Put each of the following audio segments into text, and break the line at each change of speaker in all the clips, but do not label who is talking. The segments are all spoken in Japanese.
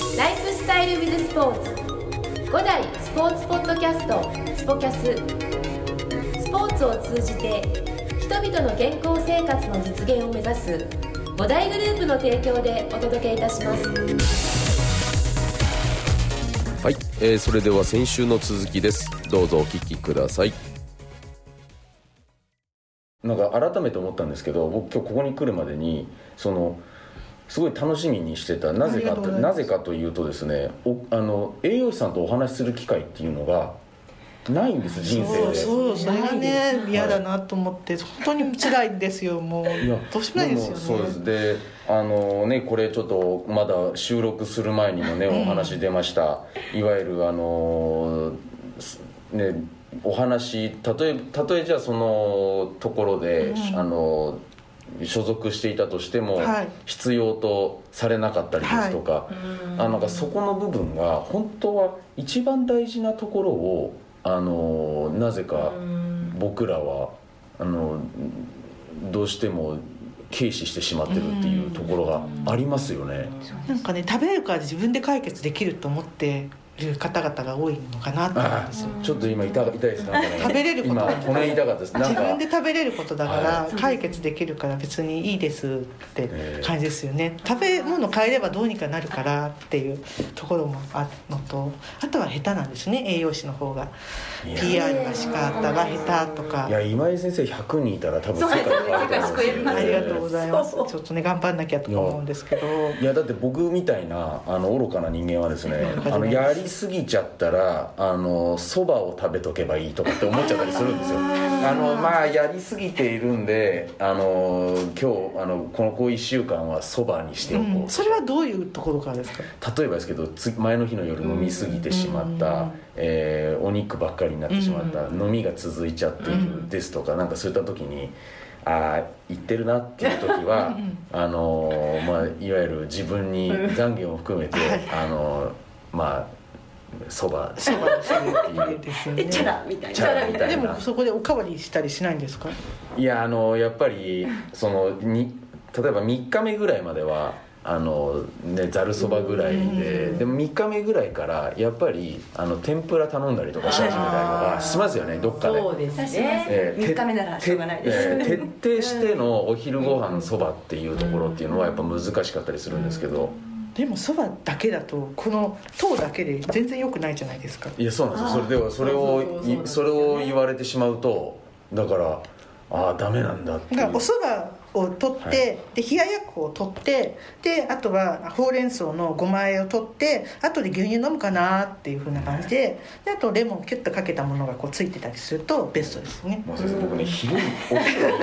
スタイル with スポーツ5代スポーツポッドキャストスポキャススポーツを通じて人々の健康生活の実現を目指す5大グループの提供でお届けいたします
はい、えーそれでは先週の続きですどうぞお聞きください
なんか改めて思ったんですけど僕今日ここに来るまでにそのすごい楽しみにしてたなぜ
ありが
か
とう
と
ございま
な
す
ぜかというとですねおあの栄養士さんとお話しする機会っていうのがないんです人生
そう
で。
そうそれがね嫌だなと思って本当に辛いんですよもう
いや
どうしようもないですよ
もそう
ね
ですであのねこれちょっとまだ収録する前にもねお話出ました、いわゆるあのすねお話たとえたとえじゃあそのところで、あの所属していたとしても、
はい
必要とされなかったりですとか、あなんかそこの部分が本当は一番大事なところをあのなぜか僕らはあのどうしても軽視してしまってるっていうところがありますよね。
なんかね食べるから自分で解決できると思ってる方々が多いのかなと思うん
あ
ですよ
あちょっと今痛い痛いですなんかね
食べれること
今骨痛かったですなん
自分
か
で食べれることだから
は
解決できるから別にいいですって感じですよね食べ物変えればどうにかなるからっていうところもあるのとあとは下手なんですね栄養士の方が
いや
PR が仕方が下手とか
いや今井先生100人いたら多分世界変わると思うんですよね
ありがとうございます。ちょっとね頑張んなきゃとか思うんですけど、
いやだって僕みたいなあの愚かな人間はですね あのやりすぎちゃったらあのそばを食べとけばいいとかって思っちゃったりするんですよあのまあやりすぎているんであの今日あのこのこう1週間はそばにしておこう、
うんそれはどういうところからですか。
例えばですけどつ前の日の夜飲み過ぎてしまった、えーお肉ばっかりになってしまった、飲みが続いちゃっているですとか、なんかそういった時にああ行ってるなっていう時はあのーまあ、いわゆる自分に懺悔を含めて、あのーまあそばそばです っていう
ですよ
え
ね。
チャラみたい
チャ
な
ラみた
で
いな
もそこでおかわりしたりしないんですか。
いやあのやっぱりそのに例えば3日目ぐらいまではあのねざるそばぐらいで、でも3日目ぐらいからやっぱりあの天ぷら頼んだりとかし始めたりとかしますよねどっかで。
そうですね
えーて
3日目ならしょうがないです、
てえー徹底してのお昼ご飯そばっていうところっていうのはやっぱ難しかったりするんですけど
でもそばだけだとこの糖だけで全然良くないじゃないですか。
いやそうなんですよそれではそれ
そうそ
を
うそうそうなんですよね
いそれを言われてしまうとだからああダメなんだってい
だからお
う
そばを取って、
はい
で冷ややっこを取ってであとはほうれん草のごま和えを取ってあとで牛乳飲むかなっていうふうな感じでであとレモンキュッとかけたものがこうついてたりするとベストですよね。
もう先生僕ね昼にお昼に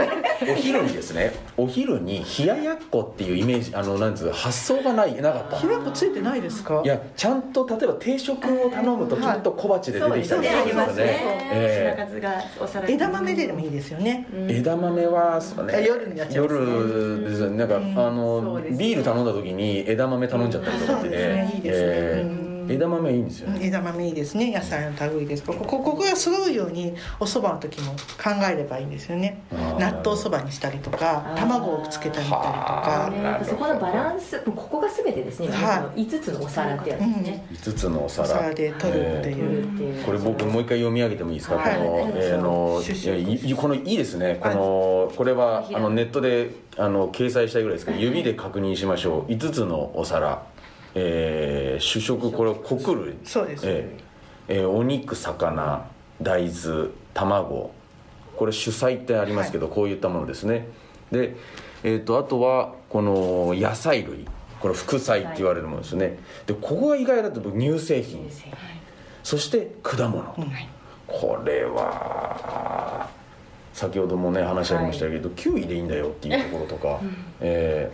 お昼にですねお昼に冷ややっこっていうイメージあのなんつうの発想がないなかった
冷ややっこついてないですか
いやちゃんと例えば定食を頼むとちゃんと小鉢で出てきたりするん
あ
で
り
す
ま
よ
す
ね
ね、
え
品
え
数がお皿に
枝豆ででもいいですよね、
枝豆はそうね
夜にやっちゃいますね
夜ですよねなんか、あ
そう
の
ですね
ビール頼んだ時に枝豆頼んじゃったりとかってね
そうですねいいですね
ええ枝豆いいんですよね、
枝豆いいですね野菜の類いですここここが揃うようにお蕎麦の時も考えればいいんですよね
あー
納豆そばにしたりとか
あー
卵をつけたりと
は
か
ー
ねそこのバランスもうここが全てですね、
は
5つのお皿ってやつですね、
5つのお
お
皿
皿で取るって
ええ
いう、
これ僕もう一回読み上げてもいいですか、
はい
この,、えーあの
シュッシュ
いやいいこのいいですねこのこれはあのネットであの掲載したいぐらいですけど指で確認しましょう5つのお皿、えー主食これ穀類
そうです
えーえーお肉魚大豆卵これ主菜ってありますけど、こういったものですねで、えー、とあとはこの野菜類これ副菜って言われるものですねでここが意外だと僕乳製品そして果物、これは先ほどもね話ありましたけど、キウイでいいんだよっていうところとか、え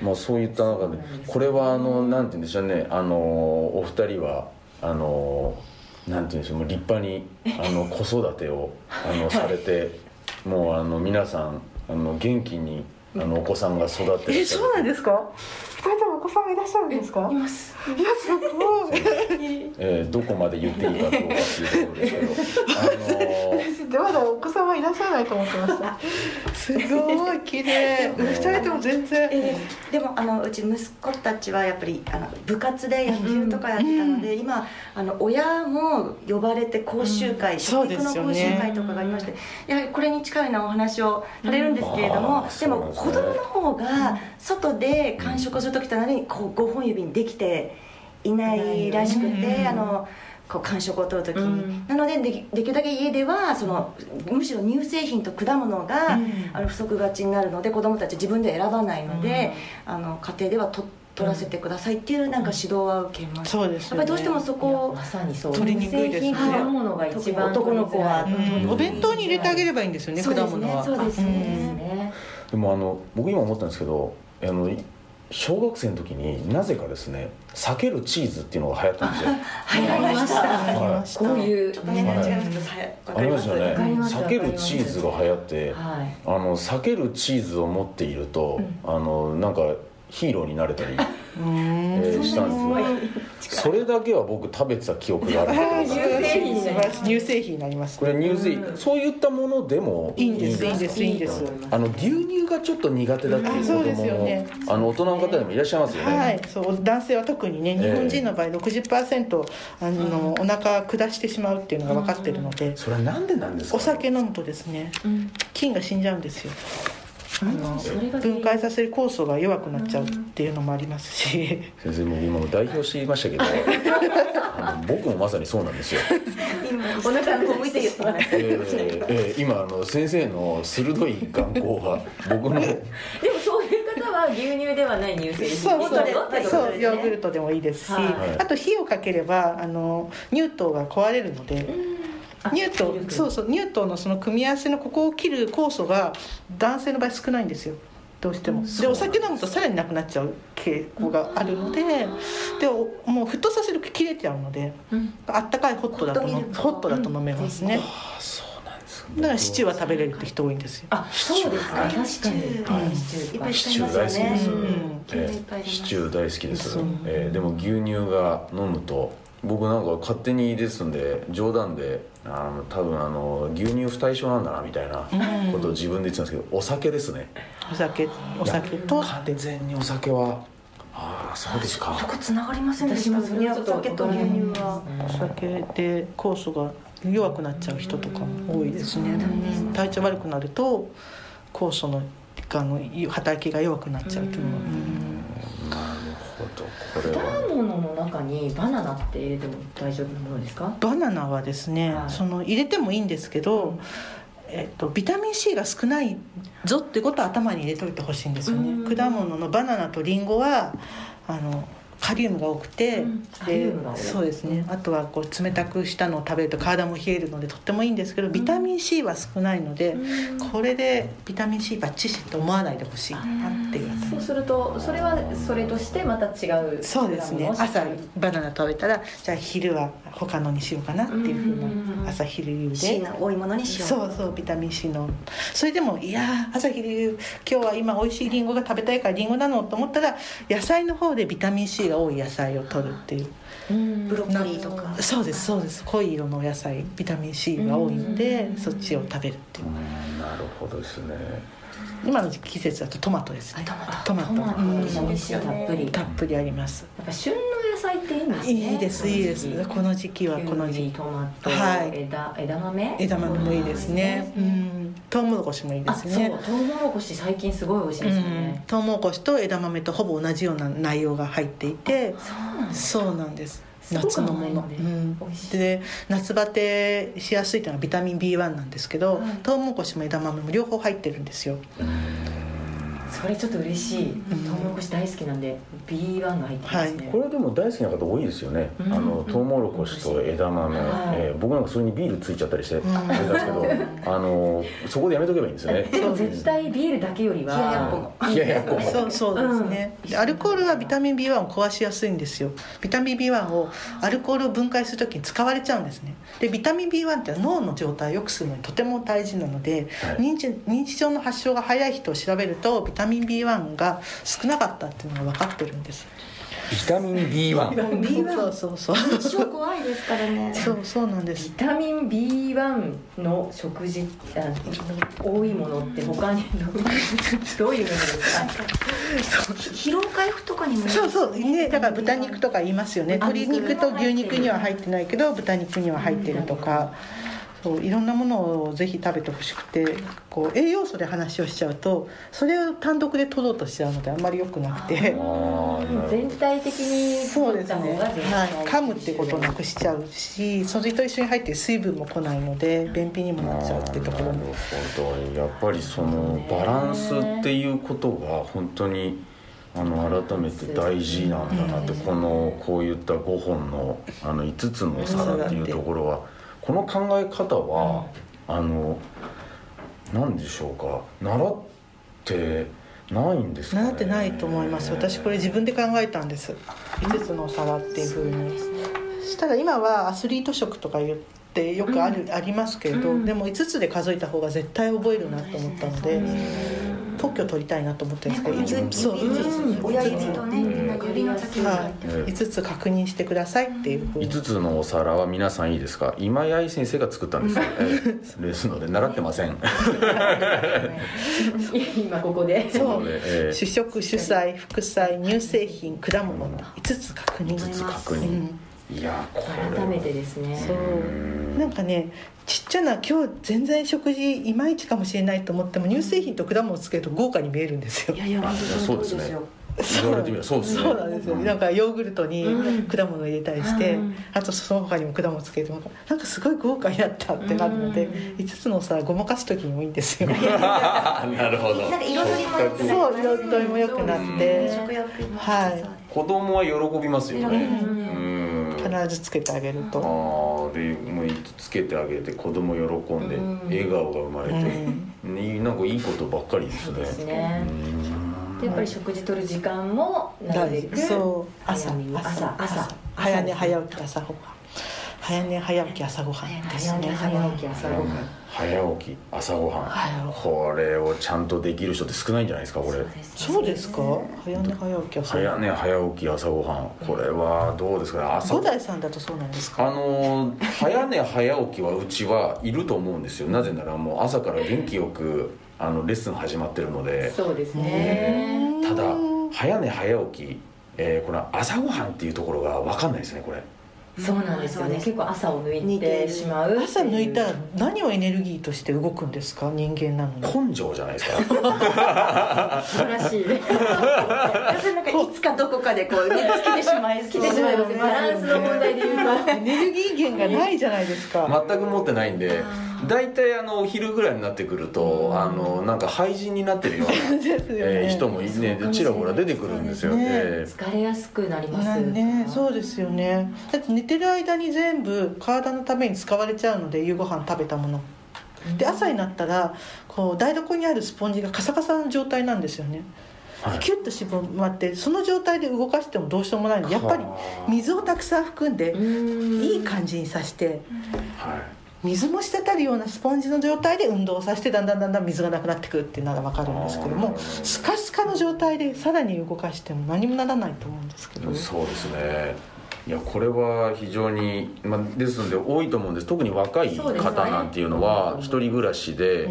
ーまあ、そういった中でこれはあのなんて言うんでしょうねあのお二人はあのなんて言うんでしょうもう立派にあ の子育てをあのされてもうあの皆さんあの元気にあのお子さんが育ってらっ
え
しゃ
そう
る
なんですか大丈夫お子さんがいらっしゃるんですか
います
いやすごい
えーどこまで言っていいかどうかっていうところ ですけどあのー
私まだお子さんはいらっしゃらないと思ってましたすごい綺麗二人とも全然
え
でもあのうち息子たちはやっぱりあの部活で野球とかやってたので、今あの親も呼ばれて講習会、
そうで
の
すよ
講
ね
習会とかがありまして、やはりこれに近いようなお話をされるんですけれど
うん
も
あ、ー
でも
そう
子
なんですね
供の方が外で間食をする時となのにこう5本指にできていないらしくて、
うん
あの。こう間食を取る時に、
うん
なのでできできるだけ家ではそのむしろ乳製品と果物が、
うん
あの不足がちになるので子どもたち自分で選ばないので、あの家庭ではと取らせてくださいっていうなんか指導は受けます、
そうです
や
よ
っぱ
ね
りどうしてもそこを
まさにそう
取りにくいですね
乳製品果物が一番
特に男の子は
うんお弁当に入れてあげればいいんですよね
そ
果
うです
物
ね
は
そうですね、
ね
でもあの僕今思ったんですけどあの小学生の時になぜかですね避けるチーズっていうのが流行ったん ですよ
流行りました
ありました
こういう
ちょっと年代違いますけどさわ
あ
か
り
り
ま
ますす
よね
わかります
避けるチーズが流行って
はい
あの避けるチーズを持っていると、あのなんかヒーローになれた り、えーしたんですよそれだけは僕食べてた記憶があるん
あー
です
乳
けど
製品になります乳製品になります
これ乳製品そういったものでも
いいんですいいんですいいんで
と
す
思いますあの牛乳がちょっと苦手だっていう子
あそうで
供
すよ
も、
ね
あの大人の方でもいらっしゃいますよね、
はい、そう男性は特にね日本人の場合60%あのお腹下してしまうっていうのが分かってるので
それはなんでなんですか
お酒飲むとですね菌が死んじゃうんですよあの
それが
分解させる酵素が弱くなっちゃうっていうのもありますし
先生もう今も代表していました けどあの僕もまさにそうなんですよ、
お腹の子向いて言ってもら
えーえー今あの先生の鋭い眼光が 僕の
でもそういう方は牛乳ではない乳製品
そうそう
ヨーグルトってこと
そう
ですね
ヨーグルトでもいいですし、
はい
あと火をかければあの乳糖が壊れるので。乳糖そうそう乳糖のその組み合わせのここを切る酵素が男性の場合少ないんですよどうしてもでお酒飲むとさらになくなっちゃう傾向があるのででおもう沸騰させると切れちゃうので、あったかいホットだと
ホットミル
の
ク
ホットだと飲めますね、
あそうなんです
だからシチューは食べれるって人多いんですよ
あそうですか確か
シチュ
は
ー
い
シチューいっぱい
シ
使
チュ
いま
ー
すよ
大好きで
ね
す、
うん
えー、シチュー大好きですえ
そう、
牛乳いっぱい入れます
ーでも牛乳が飲むと僕なんか勝手にですんで冗談であの多分あの牛乳不対称なんだなみたいなことを自分で言ってたんですけど、お酒ですね
お酒お酒と
完全にお酒はああそうですか
そこ繋がりませんでし
私
た
もそれはちょっ
お
と
酒と牛乳は
お酒で酵素が弱くなっちゃう人とかも多いですね
うん
体調悪くなると酵素のあの働きが弱くなっちゃうっていうのは
ほんとこれ
果
は
物の中にバナナって入れても大丈夫なものですか
バナナはですね、
はい
その入れてもいいんですけど、えっと、ビタミン C が少ないぞってことを頭に入れといてほしいんですよ
う
ね
ん
果物のバナナとリンゴはあのカリウムが多くて、
うん
で
カリウムが多い
そうですねあとはこう冷たくしたのを食べると体も冷えるのでとってもいいんですけどビタミン C は少ないので、これでビタミン C バッチシって思わないでほしいなっていう。
そうするとそれはそれとしてまた違う
そうですね
果物をしっか
朝
り
バナナ食べたらじゃあ昼は他のにしようかなっていうふう
うん
な朝昼夕で
C の多いものにしよう
そうそうビタミン C のそれでもいやー朝昼今日は今美味しいりんごが食べたいからりんごなのと思ったら野菜の方でビタミン C が多い野菜を取るっていう
ブロッコリーとか
そうですそうです濃い色のお野菜ビタミン C が多いのでそっちを食べるっていう
うんなるほどですね
今の季節だとトマトですねトマト
トマト
うん
の美味しいたっぷりや
たっぷりあります
っぱ旬の野菜っていいんですね
いいですいいですこの時期はこ
こ
の
の
時
時
期
期トマト、
はい
枝枝豆
枝豆もいいですねうんトウモロコシもいいで
あ
す
そう
ね
トウモロコシ最近すごい美味しいですよ
うん
ね、
トウモロコシと枝豆とほぼ同じような内容が入っていてそうなんです
ごく
夏のも
甘い
の
ので
うん
美味しい
で夏バテしやすいというのはビタミン B1 なんですけど、トウモロコシも枝豆も両方入ってるんですよ
それちょっと嬉しい、トウモロコシ大好きなんで B1 が入ってますね、
これでも大好きな方多いですよね、
うん
あのトウモロコシと枝豆、
はい
えー僕なんかそれにビールついちゃったりしてあれなんですけど、あのそこでやめとけばいいんです ね
でも絶対ビールだけよりは
冷ややっこも
いやいやこう
そうそうですね、でアルコールはビタミン B1 を壊しやすいんですよビタミン B1 をアルコールを分解するときに使われちゃうんですねでビタミン B1 って脳の状態を良くするのにとても大事なので、
はい
認知認知症の発症が早い人を調べるとビタミンミン B1 が少なかったっていうのが分かってるんです
ビタミン B1
B1
そうそうそう
一生怖いですからね
そうそうなんで
ビ
す
タミン B1 の食事あ多いものって他にどうどういうものですか
疲労回復とかにもいいです
そ
よ
うそうねだから豚肉とか言いますよね
あ
鶏肉と牛肉には入ってないけど豚肉には入ってるとかそういろんなものをぜひ食べてほしくてこう栄養素で話をしちゃうとそれを単独で取ろうとしちゃうのであんまり良くなく
あ
て
ーなるほど
全体的に
そうですね、
取った方が絶
は
対
い、噛むってことなくしちゃうしそれと一緒に入ってる水分も来ないので便秘にもなっちゃうってところ
な
も
るほどやっぱりそのバランスっていうことが本当にあの改めて大事なんだなって、このこういった5本のあの5つのお皿っていうところはこの考え方は、あの何でしょうか習ってないんですか、ね、
習ってないと思います私これ自分で考えたんです5つのお皿っていうふうにそしたら今はアスリート食とか言ってよくある、ありますけれど、でも5つで数えた方が絶対覚えるなと思ったので特許取りたいなと思ってるんですけど
ね
5つそう
指
5つ
親指とね、みんな指の先に入って
はい、5つ確認してくださいっていうふうに
5つのお皿は皆さんいいですか今井愛先生が作ったんですよ、ええですので習ってませ ん
今ここで
そ
なの
う
でええ
主食主菜副菜乳製品果物5つ確認
5つ確認、いやこれ
改めてですね
そうなんかねちっちゃな今日全然食事いまいちかもしれないと思っても乳製品と果物をつけると豪華に見えるんですよ
いやいや本当
そうですね言われてみればそうですね
そうなんですよ、なんかヨーグルトに果物を入れたりして、
うん
あとその他にも果物をつけてもなんかすごい豪華になったってなるので、5つのさごまかす時にもいいんですよ
なるほど
なんか彩りも良くな
そう彩りも良くなって
食欲も
は
子供は喜びますよねうん
必ずつけてあげる
あ
と、
ーでもうつけてあげて子供喜んで
うん
笑顔が生まれて、ねなんかいいことばっかりです
そう
ね
ですね
うん
でやっぱり食事取る時間もなるべく
そう朝
早めに朝朝
早寝
朝
早起き朝ごはん早寝早起き朝ごはんです
早
ね
寝早起き朝ごはん
早起き朝ごはん、
はい
これをちゃんとできる人って少ないんじゃないですかこれ
そうですか早寝早起き朝ごは
早
ん
ね早起き朝ごはんこれはどうですかね朝
五代さんだとそうなんです
あ
か
のー早寝早起きはうちはいると思うんですよなぜならもう朝から元気よくあのレッスン始まってるので
そうですね
ただ早寝早起き、えーこの朝ごはんっていうところが分かんないですねこれ
そうなんですよね結構朝を抜い
抜い
て
て
しまう
朝抜いたら何をエネルギーとして動くんですか人間なのに
根性じゃないですか
素晴らし い
なんかいつかどこかでこうね尽きてし まい
来てしまいますねバランスの問題で言うと
エネルギー源がないじゃないですか、
全く持ってないんで大体あのお昼ぐらいになってくるとあのなんか廃人になってるような、
ですよね、
えー人もいねちらほら出てくるんですよ
ね
えー
疲れやすくなりま
な
す
んね、そうですよねだって寝てる間に全部体のために使われちゃうので夕ご飯食べたもので朝になったらこう台所にあるスポンジがカサカサの状態なんですよね、キュッと絞まってその状態で動かしてもどうしようもないのでやっぱり水をたくさん含んでいい感じにさして
はい
水も滴るようなスポンジの状態で運動をさせてだんだんだんだん水がなくなってくるっていうのが分かるんですけど
あ
も
ー
スカスカの状態でさらに動かしても何もならないと思うんですけどね
そうですねいやこれは非常に、まあ、ですので多いと思うんです特に若い
そうです
方
ね
なんていうのは一人暮らしで、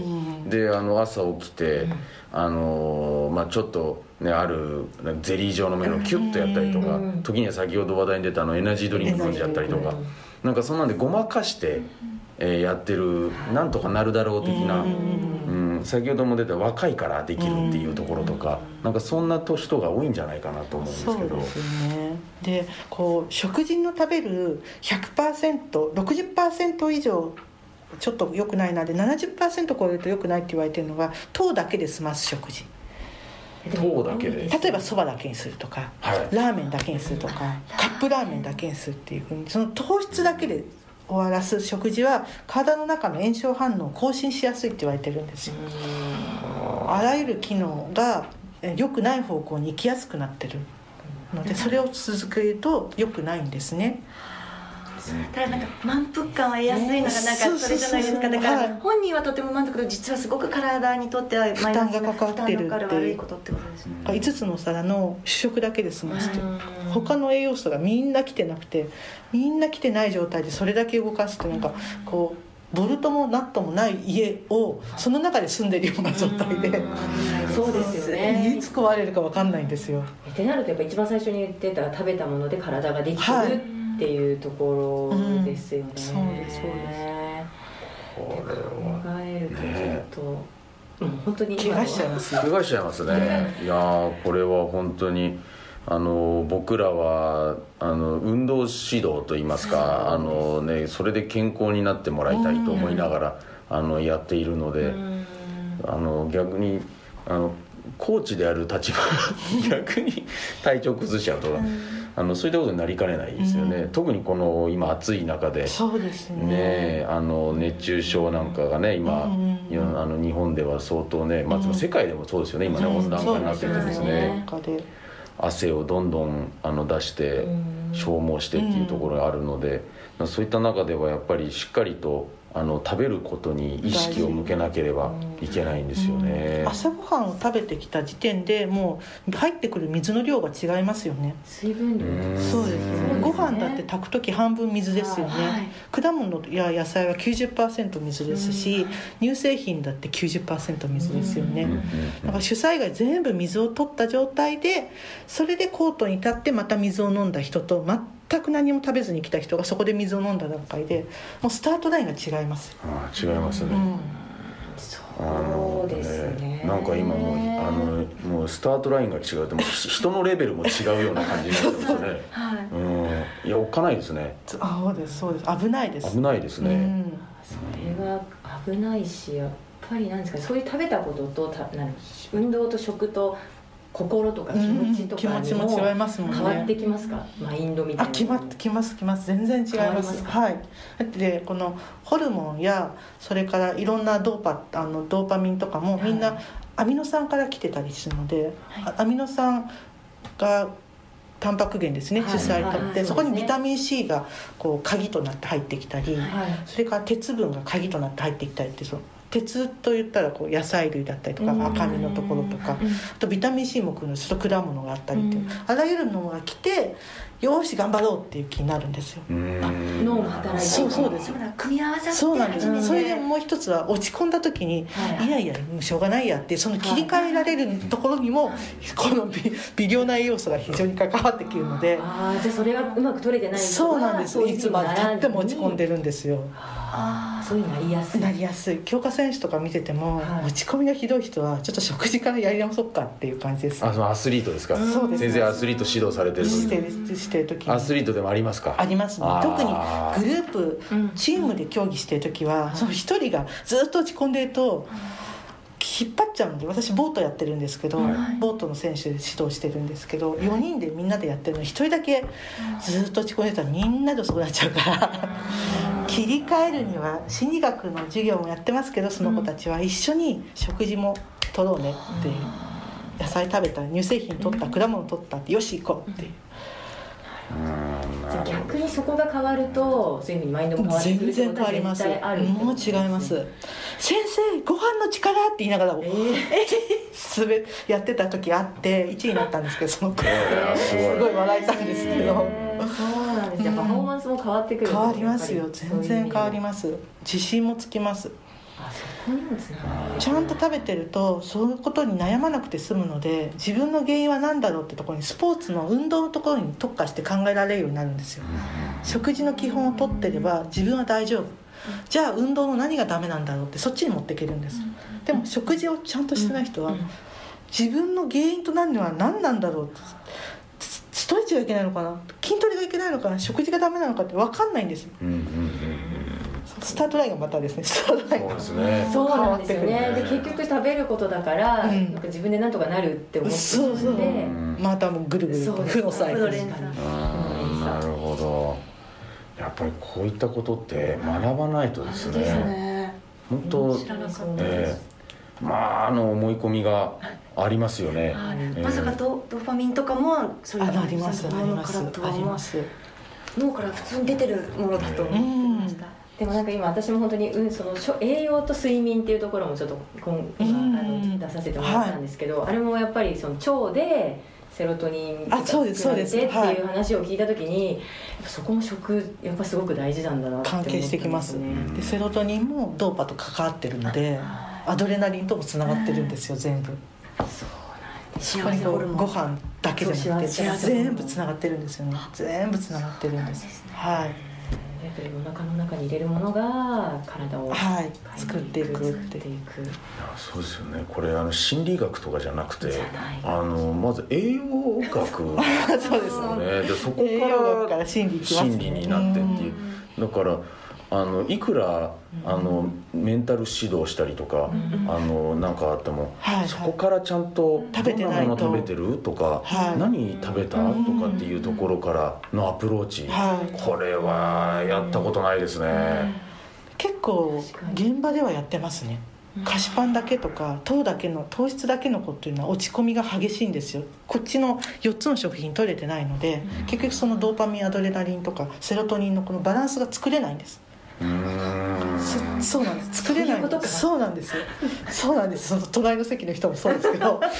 であの朝起きて、あのまあ、ちょっと、ね、あるなんかゼリー状のメロンをキュッとやったりとか、時には先ほど話題に出たあのエナジードリンク飲んじゃったりとか、なんかそんなんでごまかして、えーやってるなんとかなるだろう的な、うん先ほども出た若いからできるっていうところとか、なんかそんなと人が多いんじゃないかなと思うんですけ
そ
ど。
うですねでこう食事の食べる 100%60% 以上ちょっと良くないなで70%超えると良くないって言われてるのは糖だけで済ます食事
糖だけで
例えばそばだけにするとか、
はい
ラーメンだけにするとかカップラーメンだけにするっていうふうにその糖質だけで終わらす食事は体の中の炎症反応を更新しやすいって言われてるんですよあらゆる機能がえ良くない方向に行きやすくなってるのでそれを続けると良くないんですね
ただなんか満腹感は得やすいのがなんかそれじゃないですかだか
はい
ら本人はとても満足で実はすごく体にとっては負
担がかかってるっていう
負担のかか悪いことってことですね
なんか5つの皿の主食だけで済まして
うん
他の栄養素がみんな来てなくてみんな来てない状態でそれだけ動かすってなんかこうボルトもナットもない家をその中で住んでるような状態で
そうですよ
い
ね
つ壊れるか分かんないんですよ
ってなるとやっぱ一番最初に言ってた食べたもので体ができて
はい
るっていうところですよね、
うんそうですそうです
これ
考
は
えるとちょっと、もう本当に
怪
今の
我しちゃいますよ
怪我しちゃいますねいやーこれは本当にあの僕らはあの運動指導といいますかあの、ね、それで健康になってもらいたいと思いながら、あのやっているので、あの逆にあのコーチである 立場が逆に体調崩しちゃうとか、あのそういったことになりかねないですよね、特にこの今暑い中で。
そうですね
ねえあの熱中症なんかがね今、
うんうん
いやあの日本では相当ね、まあ、世界でもそうですよね今ね
うん
温暖化になってるんです
そうです
ね
ね
中で
汗をどんどんあの出して消耗してっていうところがあるので、そういった中ではやっぱりしっかりとあの食べることに意識を向けなければいけないんですよね。
朝ごはんを食べてきた時点でもう入ってくる水の量が違いますよね
水分量
うん
そうです
うん
ご飯だって炊く時半分水ですよね、
はい
果物や野菜は90%水ですし、乳製品だって90%水ですよね、
うんうん
だから主菜が全部水を取った状態でそれでコートに立ってまた水を飲んだ人と全く何も食べずに来た人がそこで水を飲んだ段階でもうスタートラインが違います、
ああ違いますね、
うん
そうですね
あのなんか今もうあのもうスタートラインが違うともうひ人のレベルも違うような感じになってますね
はい
うんいやおっかないですね
あそうですそうです危ないです
危ないですね、
うん
それは危ないしやっぱりなんですかねそういう食べたこととたなん運動と食と心とか気持ちとか
うん
に
気
も
持ちも違い
変
ますもんね
わってきますか、マインドみたい
あ
な
きまきますきます全然違い
変わ
ま
りますすか
はいだってこのホルモンやそれからいろんなドーパあのドーパミンとかもみんな
は
アミノ酸から来てたりするので、あアミノ酸がタンパク源ですね、
はい
主菜とって、
はい
そこに
そうですね
ビタミン C がこう鍵となって入ってきたり、
はい
それから鉄分が鍵となって入ってきたりってその鉄といったらこう野菜類だったりとか
うん
赤身のところとかあとビタミン C も来るんですちょっと果物があったりっていう
うん
あらゆるのが来てよし頑張ろうっていう気になるんですよ
うん
脳が働いて
そうそうです
そうだ組み合わさって
そうなんです、
初めて
それでもう一つは落ち込んだ時に、
はい
い、やいやしょうがないやってその切り替えられるところにも、この微微量な栄養素が非常に関わってくるので
ああじゃあそれがうまく取れてない人は
そうなんです
そう
い
いう
つまでたっても落ち込んで
る
るんですよ
そういうふうになりやすい
なりやすい強化選手とか見てても、
はい
落ち込みがひどい人はちょっと食事からやり直そうかっていう感じです
あそのアスリートですか
そうです
先
ね
生アスリート指導されてる
し
時
てしてる時に
アスリートでもありますか
ありますね
あー
特にグループチームで競技してる時は、その一人がずっと落ち込んでると引っ張っちゃうんで私ボートやってるんですけど、
はい
ボートの選手で指導してるんですけど、4人でみんなでやってるのに1人だけずっと落ち込んでたらみんなで遅くなっちゃうから切り替えるには心理学の授業もやってますけどその子たちは一緒に食事も取ろうねっていう。野菜食べた乳製品取った果物取ったってよし行こうっていう
じゃあ逆にそこが変わるとそういうふうにマインドも変わってくる
全
って
然変
ことは
わります
絶対あるってこと
もう
です
違
ね
います先生ご飯の力って言いながら
えー
すべやってた時あって1位になったんですけどその子
えー すごい
すごい笑えたんですけど
えーそうなんですね
うん
パフォーマンスも変わってくる
変わりますよ全然変わり
ま
ます自信もつきます
すあそこにもつながる
ちゃんと食べてるとそういうことに悩まなくて済むので自分の原因は何だろうってところにスポーツの運動のところに特化して考えられるようになるんですよ食事の基本をとってれば自分は大丈夫じゃあ運動の何がダメなんだろうってそっちに持っていけるんですでも食事をちゃんとしてない人は自分の原因となるのは何なんだろうってスストレッチがいけないのかな筋トレがいけないのかな食事がダメなのかって分かんないんですよ
うんうん
スタートラインがまたですねスタートラ
うん
イ
そう
ンが
ですね
そうなんですよ
変わ
ね
っ
で
てくる
結局食べることだから、
うん
なんか自分でなんとかなるって思ってしま
そう
っ
そ
て
うまたもうぐるぐると負のサイクル
負の連鎖
うんなるほどやっぱりこういったことって学ばないとです
です
ね
ね
本当
知らなかったで
え
す
えまああの思い込みがありますよね
は
え
い
え
まさかドドーパミンとかもそういう
あなります
そう
あり
いうもの
ま
か
す
らとは
あり
思わ
ま
ず
す
脳から普通に出てるものだと思ってました、
でもなんか今私も本当に、うん、そのしょ栄養と睡眠っていうところもちょっと今今あ
うん
の出させてもらったんですけど、あれもやっぱりその腸でセロトニン
あそうですそうです
作られてってい
は
う話を聞いた時に、やっぱそこも食やっぱすごく大事なんだなって思
関
ったん
係してきますでセロトニンもドーパと関わってるのでアドレナリンともつながってるんですよ全部やっぱ
幸
り
せ
こ
ホ
う
ルモン
ご飯だけじゃなくて
そう幸せ
全部つながってるんですよね全部つながってるんですはい
やっぱりお腹の中に入れるものが体を
はい作っていくって
作く
あそうですよねこれあの心理学とかじゃなくて
じゃない
あのまず栄養学
そうですよね
ねでそこ
栄
か
養学
ら
から心理いきますね
心理になってっていう、だからあのいくらあのメンタル指導したりとか、あのなんかあっても、
はいはい
そこからちゃんと
食べてない
どんなも
と
の食べてるとか、
はい
何食べたとかっていうところからのアプローチ、
はい
これはやったことないですね、
結構現場ではやってますね菓子パンだけとか糖だけの糖質だけの子っていうのは落ち込みが激しいんですよこっちの4つの食品取れてないので結局そのドーパミンアドレナリンとかセロトニンのこのバランスが作れないんです
うーん
そそうなんです作れない
そういうことか
そうなんですよそうなんですその隣の席の人もそうですけど
なる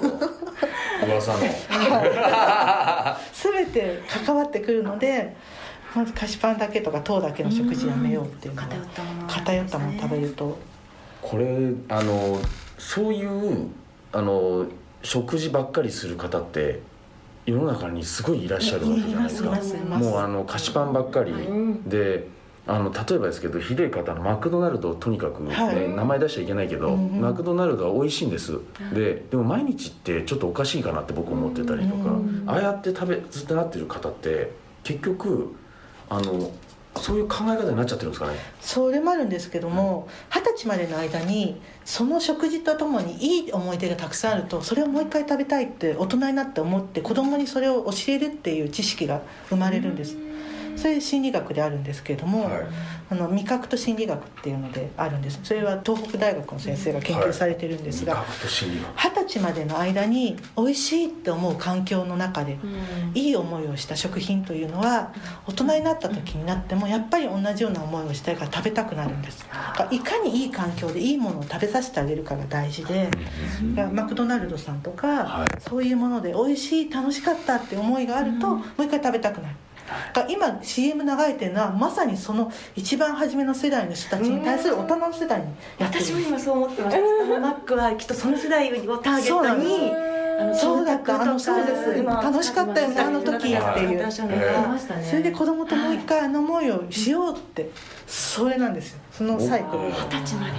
ほど噂の
全て関わってくるのでまず菓子パンだけとか糖だけの食事やめようっていうのは
偏ったもの
偏ったもの食べると
これあのそういうあの食事ばっかりする方って世の中にすごいいらっしゃるわけじゃないですか
いますいます
もうあの菓子パンばっかり、
うん
であの例えばですけどひどい方のマクドナルドをとにかく、ね
はい
名前出しちゃいけないけど、
うんうん
マクドナルドは美味しいんですででも毎日ってちょっとおかしいかなって僕思ってたりとか、
うん
ああやって食べずっとなってる方って結局あのそういう考え方になっちゃってるんですかね
それもあるんですけども二十歳までの間にその食事とともにいい思い出がたくさんあるとそれをもう一回食べたいって大人になって思って子供にそれを教えるっていう知識が生まれるんですそれ心理学であるんですけれども、
はい
あの味覚と心理学っていうのであるんですそれは東北大学の先生が研究されてるんですが
味覚と心理学
二十歳までの間に美味しいって思う環境の中でいい思いをした食品というのは大人になった時になってもやっぱり同じような思いをしたいから食べたくなるんですだからいかにいい環境でいいものを食べさせてあげるかが大事でだからマクドナルドさんと
は
か
い
そういうもので美味しい楽しかったって思いがあるともう一回食べたくなるだから今 CM 流れてるのはまさにその一番初めの世代の人たちに対する大人の世代にやってる
私も今そう思ってましたあのマックはきっとその世代をターゲッ
そうなん
ト
で
にあの
そうだったあのそうです
今
楽しかったよねあの時って
やって
い
らっ
う
しゃる
え
あり
の
ま
が
したね
それで子供ともう一回あの思いをしようってそれなんですよそのサイクル
お
二
二十歳まで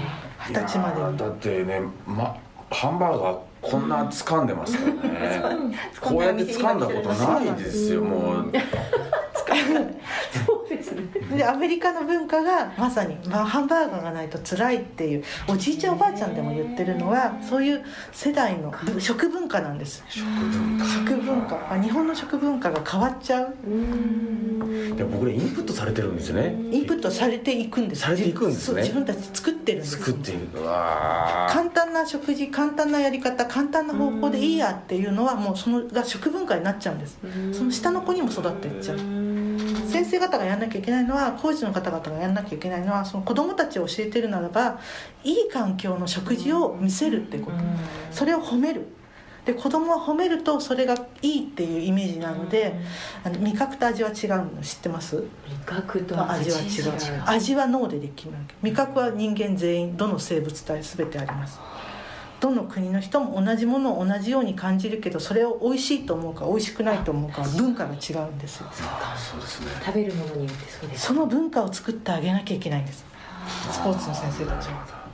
十歳まで
いやーだ
は
ってね、ま、ハンバーガーこんな掴んでます からねこうやって掴んだことないですよもう
そうですね
でアメリカの文化がまさに、まあ、ハンバーガーがないと辛いっていうおじいちゃんおばあちゃんでも言ってるのはそういう世代の食文化なんです食文化食文化あ日本の食文化が変わっちゃう
で僕らインプットされてるんですよね
インプットされていくんです
されていくんですね
そう自分たち作ってるんです
作っていくうわー
簡単な食事簡単なやり方簡単な方法でいいやっていうのはもうそのが食文化になっちゃうんですその下の子にも育っていっちゃう先生方がやんなきゃいけないのは講師の方々がやんなきゃいけないのはその子どもたちを教えてるならばいい環境の食事を見せるってことそれを褒めるで子供は褒めるとそれがいいっていうイメージなのであの味覚と味は違うの知ってます
味覚と
味は違う味は脳でできるわけ味覚は人間全員どの生物体全てありますどの国の人も同じものを同じように感じるけどそれを美味しいと思うか美味しくないと思うかは文化が違うんですよ
食べるものによってそうです
その文化を作ってあげなきゃいけないんですスポーツの先生たちは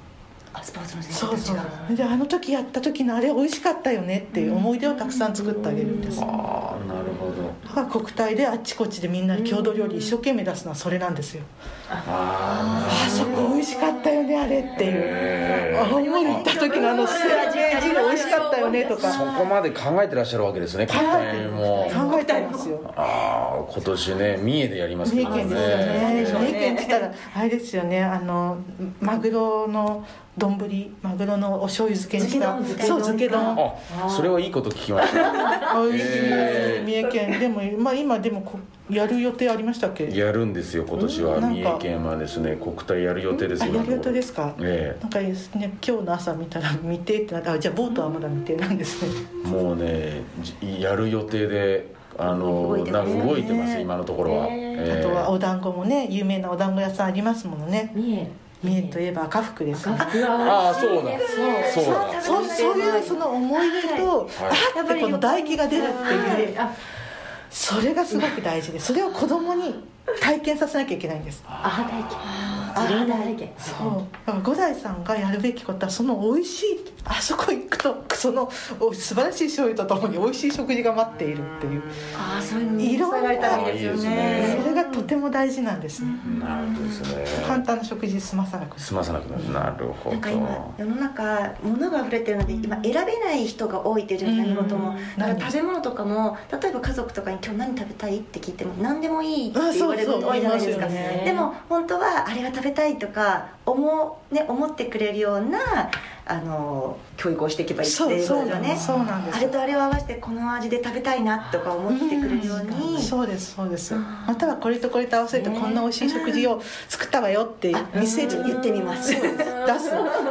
あスポーツの先生
そう
たち
そう
が
であの時やった時のあれ美味しかったよねっていう思い出をたくさん作ってあげるんですだ
あーなるほど
から国体であっちこっちでみんなで郷土料理一生懸命出すのはそれなんですよ
あ
あそこ美味しかったよねあれっていう
ー
青森行った時のあのすげえイジが美味しかったよねとか
そこまで考えてらっしゃるわけですねきっとねもう
考えてありますよ
ああ今年ね三重でやります
三
け
重
ど
県
ね
ですよね
そう
三
で
重
すね
県って言ったらあれですよねあのマグロの丼マグロのお醤油漬けにした
漬け丼
そう漬け丼
あそれはいいこと聞きました
あいいですね
えー
三重県でも、まあ、今でもこやる予定ありましたっけや
やるんですよ今年は
うんなん
三
か
重県はですね国体やる予定です
あ
よ
やる予定ですか、
え
なんかいいですね今日の朝見たら見てってなってあじゃあボートはまだ見てなんですね
えもうねじやる予定であ
動
の
いて
な
ます
んか動いてます今のところは、
ね
ええ
あとはお団子もね有名なお団子屋さんありますものね
三重
三重といえば赤福ですよね
あ
あ
あそうだそうだ
そうそういうその思い出と、
はい
あってこの唾液が出るっていうね
あ
それがすごく大事でそれを子供に体験させなきゃいけないんです
アハ体験アハ体験
そうだから五代さんがやるべきことはその美味しいあそこ行くとそのお素晴らしい醤油とともに美味しい食事が待っているっていう
ああそういうの
いろんな
伝えられたらいいですよ
ああいいです
ね
それがとても大事なんですね
なるほどですね
簡単な食事で済まさなくて
済まさなくなるなるほど
なんか今世の中物が溢れてるので今選べない人が多いっていうじゃない何事もだから食べ物とかも例えば家族とかに「今日何食べたい?」って聞いても何でもいいって言われること多いじゃないですか
あそうそう言います
よね
でも本当はあれが食べたいとか思う、ね、思ってくれるようなあの教育をしていけばいいって
そう
いうこ
そう
と
な
だよ
んで
ね
すそうなんです
あれとあれを合わせてこの味で食べたいなとか思ってくれるように、
そうですそうですまたはこれとこれと合わせてこんな美味しい食事を作ったわよって見せる
言ってみます
出す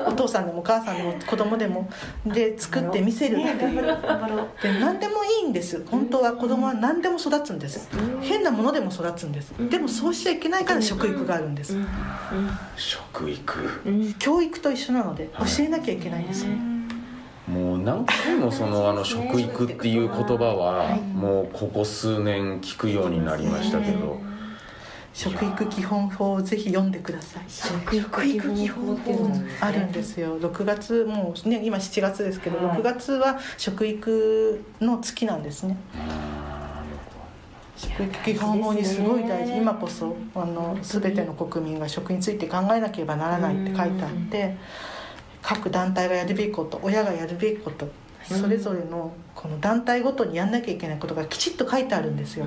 お父さんでもお母さんでも子供でもで作って見せるっていう
頑張ろう
で何でもいいんです本当は子供は何でも育つんです変なものでも育つんですでもそうしちゃいけないから食育があるんです
食育
教育と一緒なので教えなきゃいけないんですよ
もう何回もそのあの食育っていう言葉はもうここ数年聞くようになりましたけど
食育基本法をぜひ読んでください
食育基本法っていうのも
あるんですよ6月もうね今7月ですけど、
はい
6月は食育の月なんですね食育基本法にすごい大事、
いや大事ですね
今こそあの全ての国民が食について考えなければならないって書いてあって各団体がやるべきこと親がやるべきことそれぞれのこの団体ごとにやんなきゃいけないことがきちっと書いてあるんですよ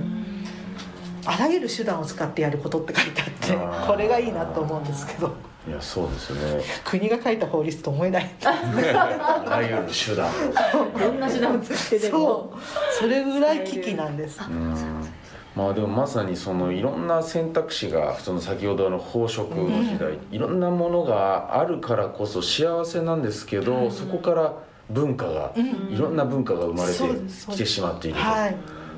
あらゆる手段を使ってやることって書いてあ
あ
って
ー
これがいいなと思うんですけど
いやそうですよね
国が書いた法律と思えない
あらゆる手段
どんな手段を使ってでも
そうそれぐらい危機なんです
うんまあでもまさにそのいろんな選択肢がその先ほどの飽食の時代いろんなものがあるからこそ幸せなんですけどそこから文化がいろんな文化が生まれ
そうです
て
そう
き
で
て
す
しまっていると
はい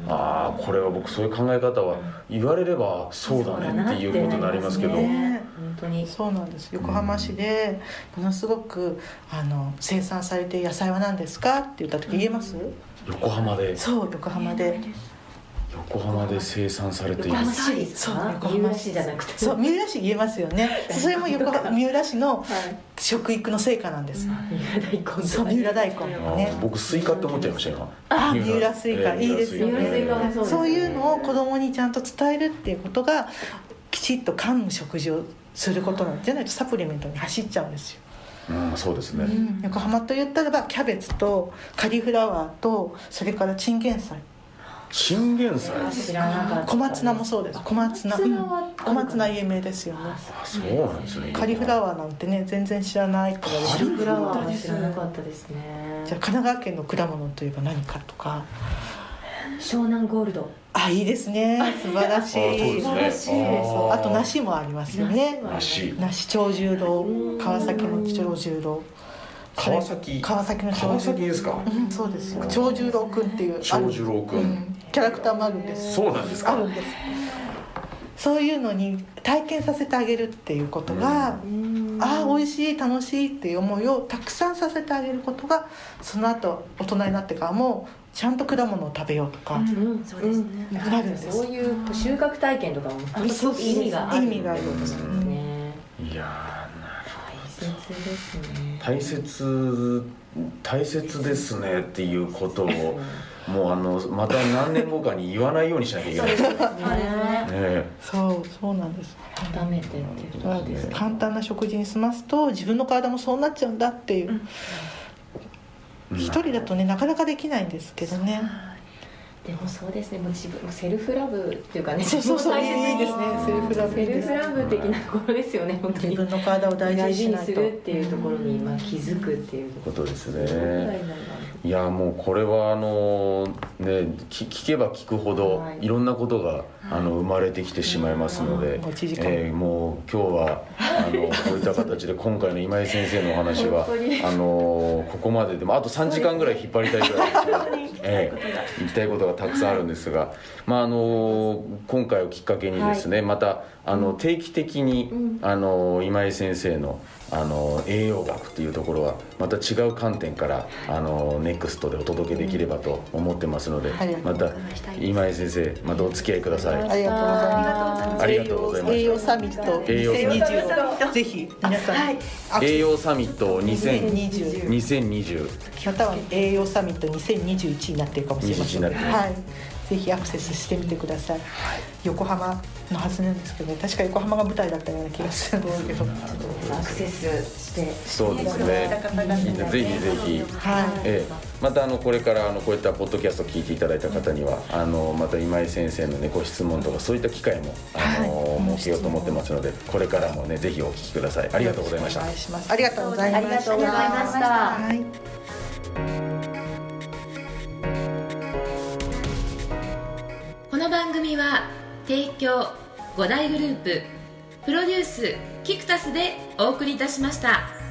ああこれは僕そういう考え方は言われればそうだねっていうことになりますけど
ね
本当に
そうなんです横浜市でものすごくあの生産されて野菜は何ですかって言った時言えます
横浜で
そう横浜で
横浜で生産されている
横浜市です
そう
か
横
三
浜
浦
市
市じゃなくて
そう三浦市言えますよねそれも横浜三浦市の食育の成果なんです
三浦大根とかね
そう三浦大根
あ
もね
ー僕スイカって思っちゃいました今
あー三浦スイカ
えー
いいですよね
三浦スイカがそうです
そういうのを子供にちゃんと伝えるっていうことがきちっと噛む食事をすることなんじゃないとサプリメントに走っちゃうんですよ
うんそうですね
横浜と言ったらばキャベツとカリフラワーとそれからチンゲン菜
チンゲン菜
知らなかった
小松菜もそうです小松菜
小松菜は
うん小松菜有名ですよね
あそうなんですね
カリフラワーなんてね全然知らないって言われて
カリフラワーは知らなかったですね
じゃあ神奈川県の果物といえば何かとか
湘南ゴールド
あいいですね素晴らし
あーそう
い
です
素晴
ね
らしいです
そうあと梨もありますよね
らしい
梨長十郎川崎の長十郎
川崎
川崎の
川
長十
崎
郎
ですか
うんそうですよ長十郎くんっていうある
長寿郎くん
キャラクターもあるんです
そうなんです
あ
か
るんですそういうのに体験させてあげるっていうことが、ああ美味しい楽しいっていう思いをたくさんさせてあげることがその後大人になってからもちゃんと果物を食べようとか、
うん
そうですね
なるんです
そういう収穫体験とかもすごく意味がある
意味があるんです
ね
ね
いやーなるほど
大切ですね
大切大切ですねっていうことをもうあのまた何年後かに言わないようにしなきゃいけないですね
そうですね
え
そうそうなんです
温めてっていう
そうなんです簡単な食事に済ますと自分の体もそうなっちゃうんだっていう、一人だとねなかなかできないんですけどね
でもそうですねもう自分もセルフラブっていうかね
そうそうそういいですねセルフラブ
セルフラブ的なところですよね本当
自
に
分の体を大事に
大事
し
に
ない
す
と
るっていうところに今気づくっていうと
こ
こ
とです
ろ
ねいやもうこれはあのね聞聞けば聞くほど
はい
いろんなことが、あの生まれてきてしまいますので、
うんもう一時間
えーもう今日はあのこういった形で今回の今井先生のお話は
本当に
あのここまででもあと3時間ぐらい引っ張りたいぐらいですよええ行きたいことがたくさんあるんですが、まああの今回をきっかけにですね、またあの定期的に、あの今井先生のあの栄養学というところはまた違う観点からあのネクストでお届けできればと思ってますので、
はい
また今井先生またお付き合いください。
ありがとうございます
ありがとうございま
栄
し
養サミット
栄養サミ
ッ
2020ぜひ皆さん、
た。栄養サミット2000
2020
2020
または栄養サミット2021になってるかもしれませ
21に
ん
なってる
はい、ぜひアクセスしてみてください、横浜のはずなんですけど確か横浜が舞台だったような気がするんですけど
アクセスして
そうですね。ぜひぜひ。
はい
ええ、またあのこれからあのこういったポッドキャストを聞いていただいた方にはあのまた今井先生のねご質問とかそういった機会もあの、設けようと思ってますのでこれからもねぜひお聞きくださいありがとうございました
お願いしますありがとうございました
ありがとうございました
はい
この番組は提供五大グループプロデュースキクタスでお送りいたしました。